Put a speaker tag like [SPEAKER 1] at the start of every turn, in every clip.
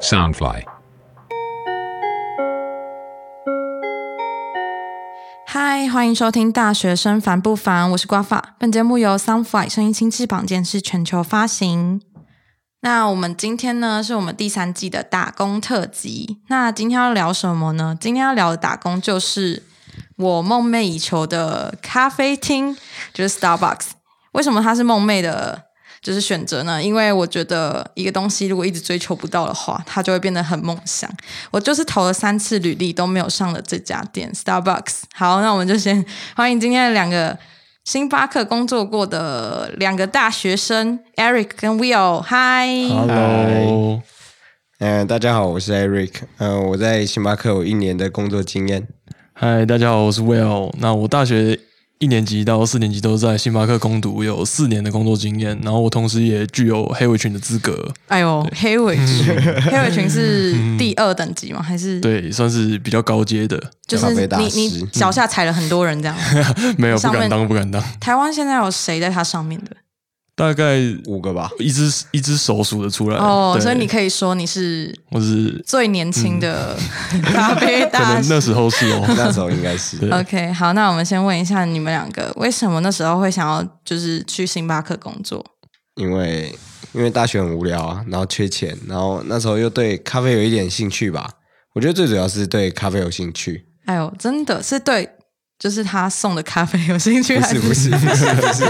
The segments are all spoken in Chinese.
[SPEAKER 1] Soundfly.
[SPEAKER 2] Hi，欢迎收听《大学生烦不烦》，我是瓜法。本节目由 Soundfly 声音新翅膀监视全球发行。那我们今天呢，是我们第三季的打工特辑。那今天要聊什么呢？今天要聊的打工就是我梦寐以求的咖啡厅，就是 Starbucks。为什么它是梦寐的，就是选择呢？因为我觉得一个东西如果一直追求不到的话，它就会变得很梦想。我就是投了三次履历都没有上的这家店 Starbucks。好，那我们就先欢迎今天的两个星巴克工作过的两个大学生 Eric 跟 Will。嗨，
[SPEAKER 3] Hello，嗯、大家好，我是 Eric，嗯、我在星巴克有一年的工作经验，
[SPEAKER 4] 嗨，大家好，我是 Will。那我大学一年级到四年级都在星巴克攻读，有四年的工作经验。然后我同时也具有黑尾群的资格，
[SPEAKER 2] 哎呦，黑尾群， 黑尾群是
[SPEAKER 3] 嗯
[SPEAKER 2] 第二等级吗？还是？
[SPEAKER 4] 对，算是比较高阶的。
[SPEAKER 2] 就是
[SPEAKER 3] 咖啡大
[SPEAKER 2] 你
[SPEAKER 3] 师
[SPEAKER 2] 你脚下踩了很多人这样，
[SPEAKER 4] 没有，不
[SPEAKER 2] 上面
[SPEAKER 4] 敢当，不敢当。
[SPEAKER 2] 台湾现在有谁在它上面的？
[SPEAKER 4] 大概
[SPEAKER 3] 五个吧。
[SPEAKER 4] 一只一只手数得出来。
[SPEAKER 2] 哦，
[SPEAKER 4] 对
[SPEAKER 2] 所以你可以说你是
[SPEAKER 4] 我是
[SPEAKER 2] 最年轻的
[SPEAKER 3] 嗯
[SPEAKER 2] 咖啡
[SPEAKER 4] 可
[SPEAKER 2] 大
[SPEAKER 4] 能
[SPEAKER 2] 师
[SPEAKER 4] 那。时候是哦，
[SPEAKER 3] 那时候应该是
[SPEAKER 4] 对
[SPEAKER 2] OK，好，那我们先问一下你们两个，为什么那时候会想要就是去星巴克工作？
[SPEAKER 3] 因为因为大学很无聊啊，然后缺钱，然后那时候又对咖啡有一点兴趣吧。我觉得最主要是对咖啡有兴趣，
[SPEAKER 2] 哎呦，真的是对，就是他送的咖啡有兴趣
[SPEAKER 3] 不
[SPEAKER 2] 还
[SPEAKER 3] 是 不是不是不是，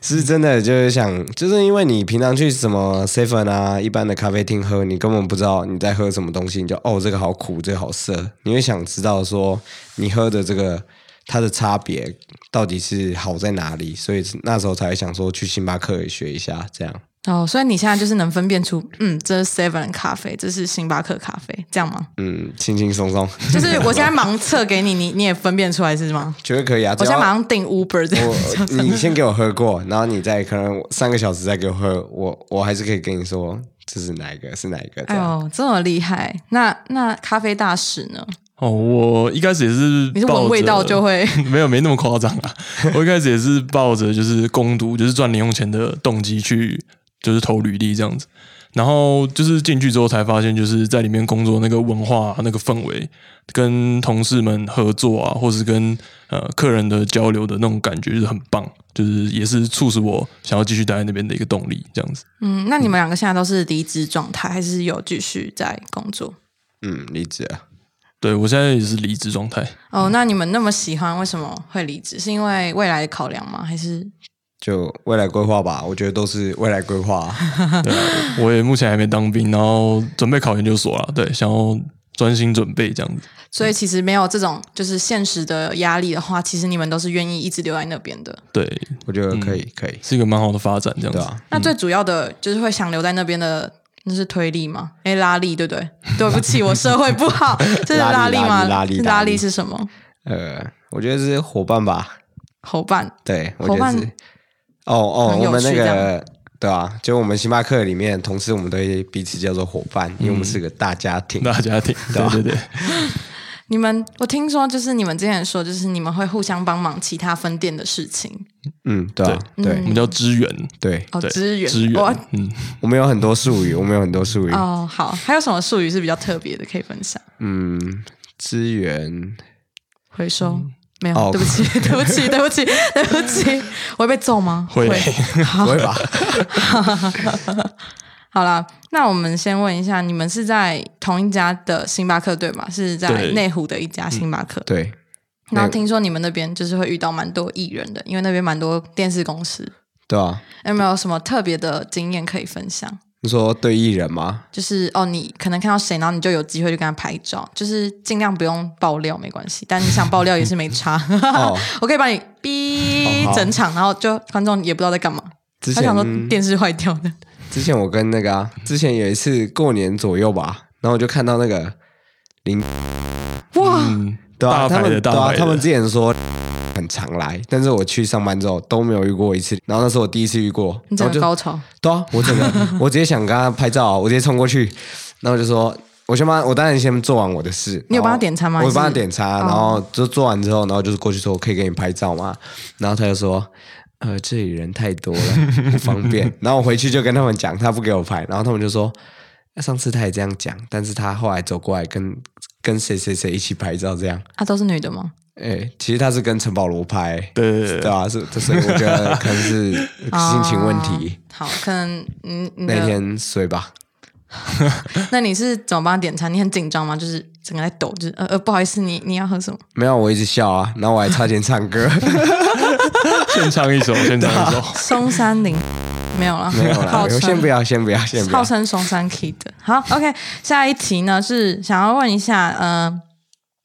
[SPEAKER 3] 是真的就是想，就是因为你平常去什么 seven 啊一般的咖啡厅喝，你根本不知道你在喝什么东西，你就哦这个好苦，这个好涩，你会想知道说你喝的这个它的差别到底是好在哪里，所以那时候才会想说去星巴克也学一下这样。
[SPEAKER 2] 哦，所以你现在就是能分辨出，嗯，这是 Seven 咖啡，这是星巴克咖啡，这样吗？
[SPEAKER 3] 嗯，轻轻松 松，
[SPEAKER 2] 就是我现在盲测给你，你 你也分辨出来是吗？
[SPEAKER 3] 觉得可以啊。
[SPEAKER 2] 我
[SPEAKER 3] 只
[SPEAKER 2] 现
[SPEAKER 3] 要哦
[SPEAKER 2] 在马上订 Uber 这样。
[SPEAKER 3] 我你先给我喝过，然后你再可能三个小时再给我喝，我我还是可以跟你说这是哪一个是哪一个
[SPEAKER 2] 哎
[SPEAKER 3] 这样。
[SPEAKER 2] 呦，这么厉害！那那咖啡大使呢？
[SPEAKER 4] 哦，我一开始也是
[SPEAKER 2] 你是
[SPEAKER 4] 抱
[SPEAKER 2] 闻
[SPEAKER 4] 着
[SPEAKER 2] 味道就会
[SPEAKER 4] 没有没那么夸张 啊。我一开始也是抱着就是攻读，就是赚零用钱的动机去，就是投履历这样子。然后就是进去之后才发现，就是在里面工作那个文化啊、那个氛围，跟同事们合作啊，或是跟呃客人的交流的那种感觉，就是很棒，就是也是促使我想要继续待在那边的一个动力。这样子，
[SPEAKER 2] 嗯，那你们两个现在都是离职状态，还是有继续在工作？
[SPEAKER 3] 嗯，理解了。
[SPEAKER 4] 对我现在也是离职状态。
[SPEAKER 2] 哦，
[SPEAKER 3] 嗯
[SPEAKER 2] 那你们那么喜欢，为什么会离职？是因为未来的考量吗？还是
[SPEAKER 3] 就未来规划吧，我觉得都是未来规划 啊、
[SPEAKER 4] 对啊，我也目前还没当兵，然后准备考研究所了。对，想要专心准备这样子。
[SPEAKER 2] 所
[SPEAKER 3] 嗯
[SPEAKER 2] 以其实没有这种就是现实的压力的话，其实你们都是愿意一直留在那边的。
[SPEAKER 3] 嗯
[SPEAKER 4] 对，
[SPEAKER 3] 我觉得可
[SPEAKER 2] 嗯
[SPEAKER 3] 以，可以，
[SPEAKER 4] 是一个蛮好的发展，这样子。
[SPEAKER 3] 对啊，
[SPEAKER 2] 那最主要的就是会想留在那边的，那是推力吗？哎，拉力对不 对？对不起，我社会不好，这是
[SPEAKER 3] 拉
[SPEAKER 2] 力
[SPEAKER 3] 力
[SPEAKER 2] 吗？
[SPEAKER 3] 拉力拉力
[SPEAKER 2] 拉力是什么？
[SPEAKER 3] 呃，我觉得是伙伴吧，
[SPEAKER 2] 伙伴
[SPEAKER 3] 对，我
[SPEAKER 2] 伙
[SPEAKER 3] 觉得
[SPEAKER 2] 伴
[SPEAKER 3] 是。哦哦
[SPEAKER 2] 很，有
[SPEAKER 3] 我们那
[SPEAKER 2] 趣这
[SPEAKER 3] 个对啊，就我们星巴克里面同事，我们都会彼此叫做伙伴，
[SPEAKER 2] 嗯
[SPEAKER 3] 因为我们是个大家庭。
[SPEAKER 4] 大家庭，
[SPEAKER 3] 啊
[SPEAKER 4] 对对对，
[SPEAKER 2] 你们，我听说就是你们之前说，就是你们会互相帮忙其他分店的事情
[SPEAKER 3] 嗯，对啊，
[SPEAKER 4] 我
[SPEAKER 3] 对
[SPEAKER 4] 们叫支援，
[SPEAKER 3] 对，
[SPEAKER 2] 哦，
[SPEAKER 4] 对，
[SPEAKER 2] 支援
[SPEAKER 4] 支
[SPEAKER 2] 哇
[SPEAKER 4] 援，嗯，
[SPEAKER 3] 我们有很多术语，我们有很多术语。
[SPEAKER 2] 哦，好，还有什么术语是比较特别的可以分享？
[SPEAKER 3] 嗯，资源
[SPEAKER 2] 回收、没有、
[SPEAKER 3] 哦
[SPEAKER 2] 对不起，对不起，对不起，对不起，我会被揍吗？
[SPEAKER 4] 会
[SPEAKER 2] 啊
[SPEAKER 3] 不会吧？
[SPEAKER 2] 好啦，那我们先问一下，你们是在同一家的星巴克对吗？是在
[SPEAKER 4] 对
[SPEAKER 2] 内湖的一家星巴克。
[SPEAKER 3] 嗯对，
[SPEAKER 2] 然后
[SPEAKER 3] 内
[SPEAKER 2] 听说你们那边就是会遇到蛮多艺人的，因为那边蛮多电视公司。
[SPEAKER 3] 对啊。
[SPEAKER 2] 有没有什么特别的经验可以分享？
[SPEAKER 3] 你说对艺人吗？
[SPEAKER 2] 就是哦，你可能看到谁，然后你就有机会去跟他拍照，就是尽量不用爆料没关系，但你想爆料也是没差。
[SPEAKER 3] 哦，
[SPEAKER 2] 我可以帮你逼
[SPEAKER 3] 哦好
[SPEAKER 2] 整场，然后就观众也不知道在干嘛，
[SPEAKER 3] 之
[SPEAKER 2] 他
[SPEAKER 3] 前嗯
[SPEAKER 2] 想说电视坏掉的。
[SPEAKER 3] 之前我跟那个、啊，之前有一次过年左右吧，然后我就看到那个林，
[SPEAKER 2] 哇，
[SPEAKER 4] 嗯，
[SPEAKER 3] 对啊，
[SPEAKER 4] 大
[SPEAKER 3] 他
[SPEAKER 4] 牌
[SPEAKER 3] 们
[SPEAKER 4] 的
[SPEAKER 3] 对
[SPEAKER 4] 大
[SPEAKER 3] 啊
[SPEAKER 4] 牌，的
[SPEAKER 3] 他们之前说 很常来，但是我去上班之后都没有遇过一次，然后那是我第一次遇过，
[SPEAKER 2] 你
[SPEAKER 3] 然
[SPEAKER 2] 整
[SPEAKER 3] 后
[SPEAKER 2] 个
[SPEAKER 3] 就
[SPEAKER 2] 高潮，
[SPEAKER 3] 对啊，我整 个我直接想跟他拍照啊，我直接冲过去，然后就说。我先帮，我当然先做完我的事。
[SPEAKER 2] 你有
[SPEAKER 3] 然后
[SPEAKER 2] 帮他点餐吗
[SPEAKER 3] 我帮
[SPEAKER 2] 还
[SPEAKER 3] 他
[SPEAKER 2] 是
[SPEAKER 3] 点餐，然后就做完之后，然后就是过去说，我可以给你拍照吗？然后他就说，呃，这里人太多了，不方便。然后我回去就跟他们讲，他不给我拍，然后他们就说，上次他也这样讲，但是他后来走过来跟跟谁谁谁一起拍照，这样。
[SPEAKER 2] 啊，都是女的吗？
[SPEAKER 3] 哎、其实他是跟陈保罗拍、
[SPEAKER 4] 对对对
[SPEAKER 3] 对啊，是，所以我觉得可能是心情问题。
[SPEAKER 2] 哦好，可能嗯，你的
[SPEAKER 3] 那天睡吧，
[SPEAKER 2] 那你是怎么帮他点餐？你很紧张吗？就是整个在抖，就是呃呃，不好意思，你你要喝什么？
[SPEAKER 3] 没有，我一直笑啊，然后我还差点唱歌，
[SPEAKER 4] 先唱一首，先唱一
[SPEAKER 3] 啊
[SPEAKER 4] 首。
[SPEAKER 2] 松山林没有了，
[SPEAKER 3] 哦没有啦，
[SPEAKER 2] 号称
[SPEAKER 3] 先不要，先不要，先不要
[SPEAKER 2] 号。称松山 Key 的。好，OK，下一题呢是想要问一下，呃，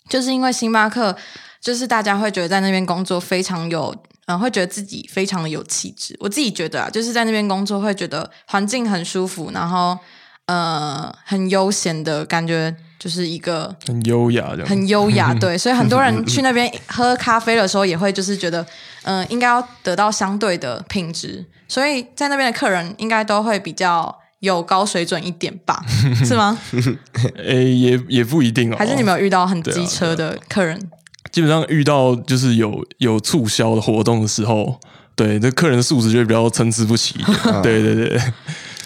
[SPEAKER 2] 就是因为星巴克，就是大家会觉得在那边工作非常有，呃，会觉得自己非常的有气质。我自己觉得啊，就是在那边工作会觉得环境很舒服，然后呃，很悠闲的感觉，就是一个
[SPEAKER 4] 很优雅
[SPEAKER 3] 嗯
[SPEAKER 4] 这样。
[SPEAKER 2] 很优 雅，对，所以很多人去那边喝咖啡的时候，也会就是觉得，嗯、应该要得到相对的品质，所以在那边的客人应该都会比较有高水准一点 吧，是吗？
[SPEAKER 3] 哦
[SPEAKER 4] 诶，也也不一定哦。
[SPEAKER 2] 还是你们有遇到很机
[SPEAKER 4] 对啊
[SPEAKER 2] 车的客人？
[SPEAKER 4] 基本上遇到就是有有促销的活动的时候，对这客人的素质就会比较参差不齐一点。
[SPEAKER 3] 嗯
[SPEAKER 4] 对对对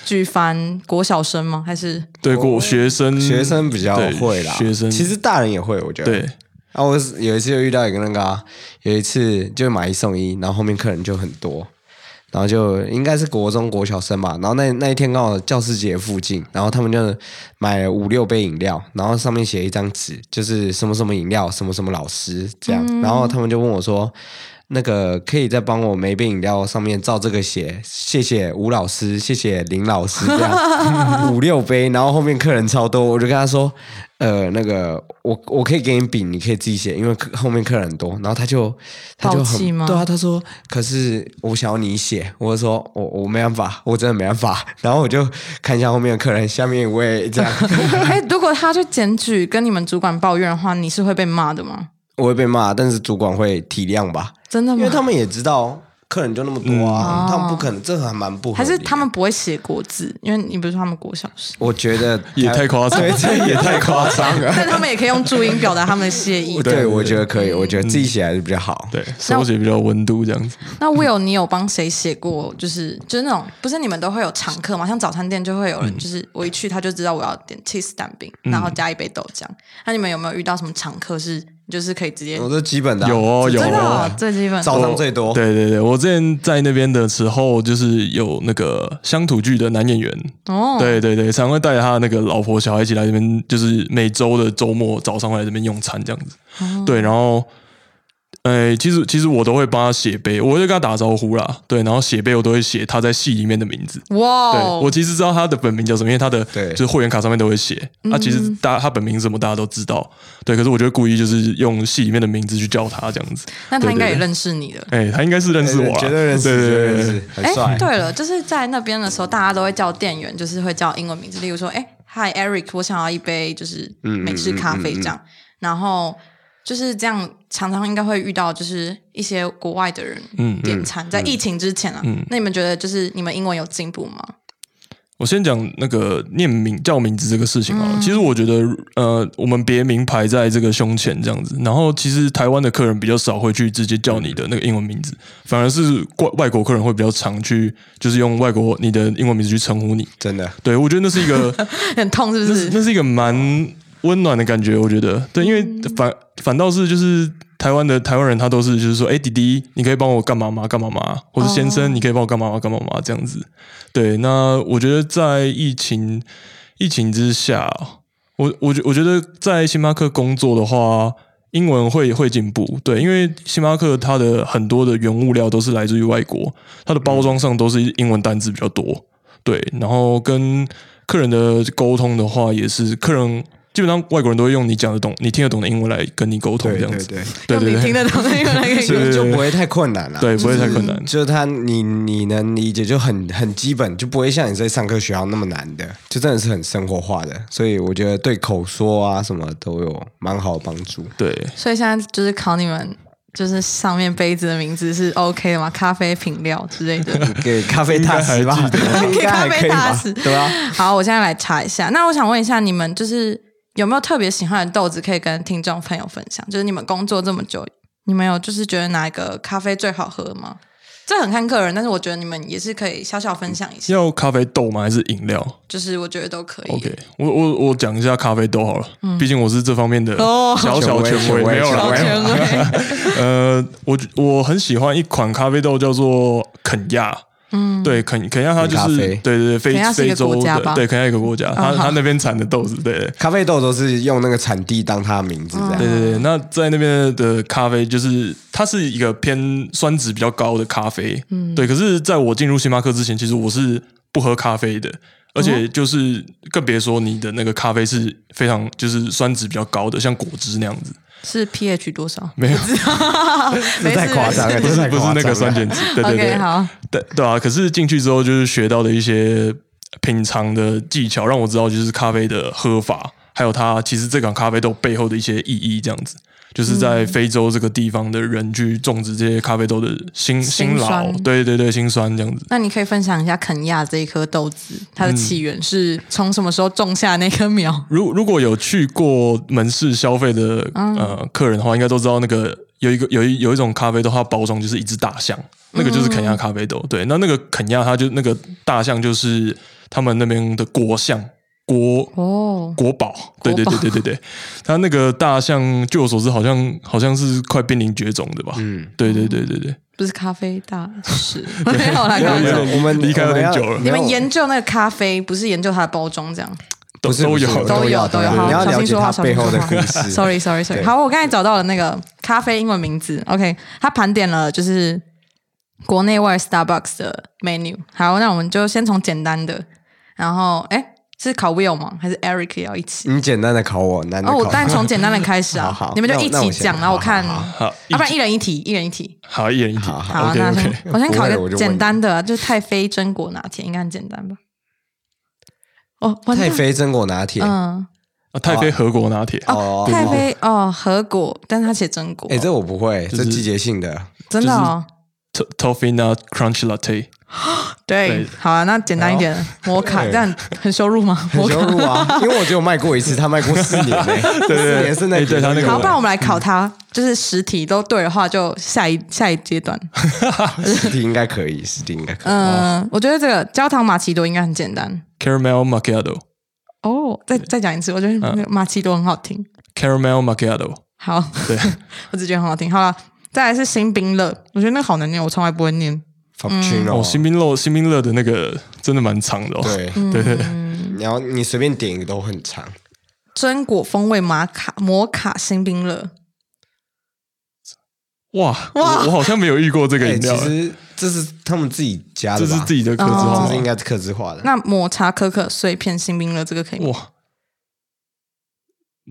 [SPEAKER 2] 举凡国小生吗？还 是
[SPEAKER 4] 对，过学生
[SPEAKER 3] 哦学生比较
[SPEAKER 4] 对
[SPEAKER 3] 会啦，
[SPEAKER 4] 学生
[SPEAKER 3] 其实大人也会，我觉得。
[SPEAKER 4] 对
[SPEAKER 3] 啊，我是有一次就遇到一个那个、啊，有一次就买一送一，然后后面客人就很多，然后就应该是国中国小生吧，然后那那一天刚好教师节附近，然后他们就买了五六杯饮料，然后上面写一张纸，就是什么什么饮料，什么什么老师这样，然后他们就问我说。那个可以再帮我每杯饮料上面照这个写，谢谢吴老师，谢谢林老师，这样五六杯，然后后面客人超多，我就跟他说，呃，那个我我可以给你笔，你可以自己写，因为客后面客人很多，然后他就他就
[SPEAKER 2] 暴气
[SPEAKER 3] 很
[SPEAKER 2] 吗
[SPEAKER 3] 对啊，他说，可是我想要你写，我就说我我没办法，我真的没办法，然后我就看一下后面的客人，下面一位这样，
[SPEAKER 2] 哎、如果他去检举跟你们主管抱怨的话，你是会被骂的吗？
[SPEAKER 3] 我会被骂，但是主管会体谅吧，
[SPEAKER 2] 真的
[SPEAKER 3] 因为他
[SPEAKER 2] 吗？
[SPEAKER 3] 们也知道客人就那么多啊，
[SPEAKER 2] 嗯
[SPEAKER 3] 他们不可能，这还蛮不合
[SPEAKER 2] 还
[SPEAKER 3] 理啊
[SPEAKER 2] 是
[SPEAKER 3] 的
[SPEAKER 2] 他们不会写国字？因为你不是说他们国小生，
[SPEAKER 3] 我觉得
[SPEAKER 4] 也太夸张
[SPEAKER 3] 对， 这也太夸张 了。
[SPEAKER 2] 但他们也可以用注音表达他们的谢意。
[SPEAKER 3] 对，我觉得可以，我觉得自己写还是比较好。
[SPEAKER 4] 对，手写比较有温度这样子。
[SPEAKER 2] 那 Will，你有帮谁写过？就是就是那种，不是你们都会有常客嘛？像早餐店就会有
[SPEAKER 4] 嗯
[SPEAKER 2] 人，就是我一去他就知道我要点 cheese 蛋饼，然后加一杯豆浆。那你们有没有遇到什么常客是就是可以直接
[SPEAKER 3] 我这基本的啊
[SPEAKER 4] 有哦有
[SPEAKER 2] 嗯真的
[SPEAKER 4] 哦
[SPEAKER 2] 哦最基本？
[SPEAKER 3] 早上最多，
[SPEAKER 4] 对对对，我之前在那边的时候，就是有那个乡土剧的男演员，
[SPEAKER 2] 哦，
[SPEAKER 4] 对对对，常会带着他那个老婆小孩一起来这边，就是每周的周末早上会来这边用餐这样子。
[SPEAKER 2] 哦
[SPEAKER 4] 对，然后，呃，其实其实我都会帮他写杯，我会跟他打招呼啦。对，然后写杯我都会写他在戏里面的名字。
[SPEAKER 2] 哇
[SPEAKER 4] 对，
[SPEAKER 2] 哦，
[SPEAKER 4] 我其实知道他的本名叫什么，因为他的
[SPEAKER 3] 对
[SPEAKER 4] 就是会员卡上面都会写。
[SPEAKER 2] 嗯
[SPEAKER 4] 那、其实大他本名是什么大家都知道，对。可是我就会故意就是用戏里面的名字去叫他这样子。
[SPEAKER 2] 那他应该也
[SPEAKER 4] 对对对
[SPEAKER 2] 认识你 的。
[SPEAKER 4] 哎、他应该是认识我啦，
[SPEAKER 3] 绝对认识，
[SPEAKER 4] 对对
[SPEAKER 3] 绝对
[SPEAKER 4] 对对
[SPEAKER 3] 认识，很帅
[SPEAKER 2] 哎，。对了，就是在那边的时候，大家都会叫店员，就是会叫英文名字，例如说，哎，Hi Eric，我想要一杯就是美式咖
[SPEAKER 4] 嗯
[SPEAKER 2] 啡这样。然后就是这样，常常应该会遇到就是一些国外的人
[SPEAKER 4] 嗯
[SPEAKER 2] 点餐，在疫情之前啊，那你们觉得就是你们英文有进步吗？
[SPEAKER 4] 我先讲那个念名叫名字这个事情啊，
[SPEAKER 3] 嗯
[SPEAKER 4] 其实我觉得，呃，我们别名牌在这个胸前这样子，然后其实台湾的客人比较少会去直接叫你的那个英文名字，反而是外外国客人会比较常去，就是用外国你的英文名字去称呼你。
[SPEAKER 3] 真的，
[SPEAKER 4] 对，我觉得那是一个，
[SPEAKER 2] 很痛是不
[SPEAKER 4] 那是
[SPEAKER 2] 是？
[SPEAKER 4] 那是一个蛮温暖的感觉，我觉得，对，因为
[SPEAKER 2] 嗯
[SPEAKER 4] 反反倒是就是台湾的台湾人，他都是就是说，哎，弟弟，你可以帮我干嘛吗？干嘛吗？或者先
[SPEAKER 2] 哦
[SPEAKER 4] 生，你可以帮我干嘛吗？干嘛吗？这样子。对，那我觉得在疫情疫情之下，我我觉我觉得在星巴克工作的话。英文会会进步，对，因为星巴克它的很多的原物料都是来自于外国，它的包装上都是英文单字比较多，对，然后跟客人的沟通的话，也是客人基本上外国人都会用你讲得懂、你听得懂的英文来跟你沟通，
[SPEAKER 3] 对
[SPEAKER 4] 这样
[SPEAKER 3] 对
[SPEAKER 4] 子，
[SPEAKER 3] 对，
[SPEAKER 4] 对
[SPEAKER 2] 用
[SPEAKER 4] 对
[SPEAKER 2] 你
[SPEAKER 4] 对
[SPEAKER 2] 听得懂的英文来给
[SPEAKER 4] 对
[SPEAKER 2] 你
[SPEAKER 4] 对
[SPEAKER 3] 就
[SPEAKER 4] 对
[SPEAKER 3] 就不会太困难了。啊
[SPEAKER 4] 对，不会太困难。
[SPEAKER 3] 就是他你你能理解就很很基本，就不会像你在上课学校那么难的，就真的是很生活化的，所以我觉得对口说啊什么都有蛮好的帮助。
[SPEAKER 4] 对，
[SPEAKER 2] 所以现在就是考你们，就是上面杯子的名字是 OK 的吗？咖啡品料之类的。
[SPEAKER 3] 给咖啡大师吧，应
[SPEAKER 2] 给
[SPEAKER 3] 该
[SPEAKER 2] 咖
[SPEAKER 3] 还可
[SPEAKER 2] 啡
[SPEAKER 3] 以
[SPEAKER 2] 大
[SPEAKER 3] 吧
[SPEAKER 2] 师，
[SPEAKER 3] 对啊吧？
[SPEAKER 2] 好，我现在来查一下。那我想问一下，你们就是有没有特别喜欢的豆子可以跟听众朋友分享？就是你们工作这么久，你们有就是觉得哪一个咖啡最好喝吗？这很看个人，但是我觉得你们也是可以小小分享一下，
[SPEAKER 4] 要咖啡豆吗？还是饮料
[SPEAKER 2] 就是我觉得都可以。
[SPEAKER 4] ？OK，我我我讲一下咖啡豆好了，
[SPEAKER 3] 嗯
[SPEAKER 4] 毕竟我是这方面的
[SPEAKER 2] 哦
[SPEAKER 4] 小小
[SPEAKER 3] 权
[SPEAKER 4] 权
[SPEAKER 3] 威
[SPEAKER 4] 威，
[SPEAKER 3] 权威
[SPEAKER 4] 没有啦
[SPEAKER 3] 权
[SPEAKER 2] 好
[SPEAKER 3] 威
[SPEAKER 4] 没有啦
[SPEAKER 2] 权威，
[SPEAKER 4] 呃，我我很喜欢一款咖啡豆，叫做肯亚。嗯，对，肯肯亚它就
[SPEAKER 3] 肯
[SPEAKER 4] 是
[SPEAKER 3] 咖啡
[SPEAKER 4] 对对对，非
[SPEAKER 2] 肯亚是一
[SPEAKER 4] 非
[SPEAKER 2] 个
[SPEAKER 4] 洲
[SPEAKER 2] 国家
[SPEAKER 4] 的
[SPEAKER 2] 吧
[SPEAKER 4] 对肯亚一个国家，它
[SPEAKER 2] 嗯好
[SPEAKER 4] 它那边产的豆子，对对
[SPEAKER 3] 咖啡豆都是用那个产地当它的名字
[SPEAKER 4] 对
[SPEAKER 3] 这
[SPEAKER 2] 嗯
[SPEAKER 3] 样。
[SPEAKER 4] 对对。那在那边的咖啡就是它是一个偏酸值比较高的咖啡，嗯，对。可是在我进入星巴克之前，其实我是不喝咖啡的，而
[SPEAKER 2] 哦
[SPEAKER 4] 且就是更别说你的那个咖啡是非常就是酸值比较高的，像果汁那样子，
[SPEAKER 2] 是 pH 多少？
[SPEAKER 4] 没有
[SPEAKER 2] 没事
[SPEAKER 3] 太夸张了
[SPEAKER 2] 没
[SPEAKER 4] 不
[SPEAKER 2] 事
[SPEAKER 4] 是
[SPEAKER 3] 这太
[SPEAKER 4] 不是那
[SPEAKER 3] 夸张
[SPEAKER 4] 个
[SPEAKER 3] 了
[SPEAKER 4] 酸碱值， 对对
[SPEAKER 2] OK，
[SPEAKER 4] 对。
[SPEAKER 2] 好，
[SPEAKER 4] 对对啊，可是进去之后就是学到的一些品尝的技巧，让我知道就是咖啡的喝法，还有它其实这款咖啡豆背后的一些意义，这样子。就是
[SPEAKER 2] 嗯
[SPEAKER 4] 在非洲这个地方的人去种植这些咖啡豆的辛
[SPEAKER 2] 辛
[SPEAKER 4] 辛劳
[SPEAKER 2] 酸，
[SPEAKER 4] 对对对，辛酸这样子。
[SPEAKER 2] 那你可以分享一下肯亚这一颗豆子，它
[SPEAKER 3] 嗯
[SPEAKER 2] 的起源是从什么时候种下那棵苗？
[SPEAKER 4] 如如果有去过门市消费的、呃客人的话，应该都知道那个有一个有一有一种咖啡豆，它包装就是一只大象，那个就是肯亚咖啡豆。对，那那个肯亚它就那个大象就是他们那边的国象国
[SPEAKER 2] 哦，
[SPEAKER 4] 国宝，对对
[SPEAKER 2] 国
[SPEAKER 4] 对
[SPEAKER 2] 宝
[SPEAKER 4] 对对对，它那个大象，据我所知，好像好像是快濒临绝种的吧？嗯，对对对对对，
[SPEAKER 2] 不是咖啡大 师，没有啦，开玩
[SPEAKER 3] 没
[SPEAKER 2] 笑
[SPEAKER 3] 有
[SPEAKER 4] 有
[SPEAKER 3] 我们
[SPEAKER 4] 离开有点
[SPEAKER 3] 我要
[SPEAKER 4] 久了
[SPEAKER 2] 你们
[SPEAKER 3] 没有
[SPEAKER 2] 研究那个咖啡，不是研究它的包装这样。
[SPEAKER 4] 都
[SPEAKER 3] 不是
[SPEAKER 4] 都有
[SPEAKER 3] 不是
[SPEAKER 2] 都有
[SPEAKER 3] 有
[SPEAKER 2] 都有，
[SPEAKER 3] 对
[SPEAKER 2] 好，
[SPEAKER 3] 你要
[SPEAKER 2] 小
[SPEAKER 3] 了
[SPEAKER 2] 心
[SPEAKER 3] 解
[SPEAKER 2] 说
[SPEAKER 3] 它
[SPEAKER 2] 话，小心
[SPEAKER 3] 背
[SPEAKER 2] 说
[SPEAKER 3] 后的
[SPEAKER 2] 话
[SPEAKER 3] 故事。
[SPEAKER 2] Sorry Sorry Sorry，
[SPEAKER 3] 对
[SPEAKER 2] 好，我刚才找到了那个咖啡英文名字，OK，它盘点了就是国内外 Starbucks 的 menu。好，那我们就先从简单的，然后哎，是考 Will 吗？还是 Eric 也要一起？
[SPEAKER 3] 你简单的考我，难的
[SPEAKER 2] 哦，
[SPEAKER 3] 考
[SPEAKER 2] 我当然从简单的开始啊
[SPEAKER 3] 嗯 好好，
[SPEAKER 2] 你们就一
[SPEAKER 3] 那我那
[SPEAKER 2] 起
[SPEAKER 3] 我先
[SPEAKER 2] 讲，然后我看，
[SPEAKER 3] 好好
[SPEAKER 4] 好，一
[SPEAKER 2] 要不然一人一题，一人一题。
[SPEAKER 4] 好一人一题
[SPEAKER 3] 好好
[SPEAKER 2] 好，
[SPEAKER 4] ，OK
[SPEAKER 2] 那
[SPEAKER 4] OK，
[SPEAKER 2] 我先考一
[SPEAKER 3] 不会我
[SPEAKER 2] 个
[SPEAKER 3] 就问
[SPEAKER 2] 简
[SPEAKER 3] 你
[SPEAKER 2] 单的，就是太妃榛果拿铁，应该很简单吧？哦，完
[SPEAKER 3] 太
[SPEAKER 2] 蛋，
[SPEAKER 3] 妃榛果拿铁。
[SPEAKER 2] 嗯，
[SPEAKER 4] 啊太妃和国拿铁，
[SPEAKER 2] 哦
[SPEAKER 3] 哦，
[SPEAKER 2] 太妃哦，和果，但是他写榛果，
[SPEAKER 3] 哎，这我不会，
[SPEAKER 4] 是
[SPEAKER 3] 这季节性的。
[SPEAKER 2] 真的哦，
[SPEAKER 4] t o f f e n a Crunch Latte，
[SPEAKER 2] 对
[SPEAKER 4] 对，
[SPEAKER 2] 好啊，那简单一点，摩卡
[SPEAKER 3] 对
[SPEAKER 2] 这样很羞辱吗？
[SPEAKER 3] 很
[SPEAKER 2] 摩
[SPEAKER 3] 羞
[SPEAKER 2] 卡，
[SPEAKER 3] 辱 啊！因为我只有卖过一次，他卖过四年呢、对
[SPEAKER 4] 对
[SPEAKER 3] 四年圣诞
[SPEAKER 4] 哎
[SPEAKER 3] 节
[SPEAKER 4] 对他那个
[SPEAKER 2] 好，
[SPEAKER 4] 我
[SPEAKER 2] 不然我们
[SPEAKER 3] 嗯
[SPEAKER 2] 来考他，就是实体都对的话，就下一下一阶 段。
[SPEAKER 3] 实体应该可以，实体应该可以。
[SPEAKER 2] 嗯，我觉得这个焦糖玛奇朵应该很简单
[SPEAKER 4] Caramel Macchiato。
[SPEAKER 2] 哦。再再讲一次，我觉得
[SPEAKER 3] 嗯
[SPEAKER 2] 那个玛奇朵很好听。
[SPEAKER 4] Caramel Macchiato，
[SPEAKER 2] 好，
[SPEAKER 4] 对
[SPEAKER 2] 我只觉得很好听。好了，再来是新冰乐，我觉得那个好难念，我从来不会念。
[SPEAKER 3] Frappuccino，、
[SPEAKER 4] 哦，新冰乐新冰乐的那个真的蛮长的哦，
[SPEAKER 3] 对，
[SPEAKER 4] 对对对，
[SPEAKER 2] 嗯
[SPEAKER 3] 然后你随便点一个都很长。
[SPEAKER 2] 榛果风味玛卡摩卡新冰乐，
[SPEAKER 4] 哇我我好像没有遇过这个
[SPEAKER 3] 哎、
[SPEAKER 4] 饮料
[SPEAKER 3] 其，实这是他们自己加
[SPEAKER 4] 这
[SPEAKER 3] 的吧，
[SPEAKER 4] 是自己的克
[SPEAKER 2] 哦
[SPEAKER 4] 制
[SPEAKER 3] 这
[SPEAKER 4] 化
[SPEAKER 3] 是
[SPEAKER 4] 吗
[SPEAKER 3] 应，该是克制化的。
[SPEAKER 2] 那抹茶可可碎片新冰乐这个可以吗？
[SPEAKER 4] 哇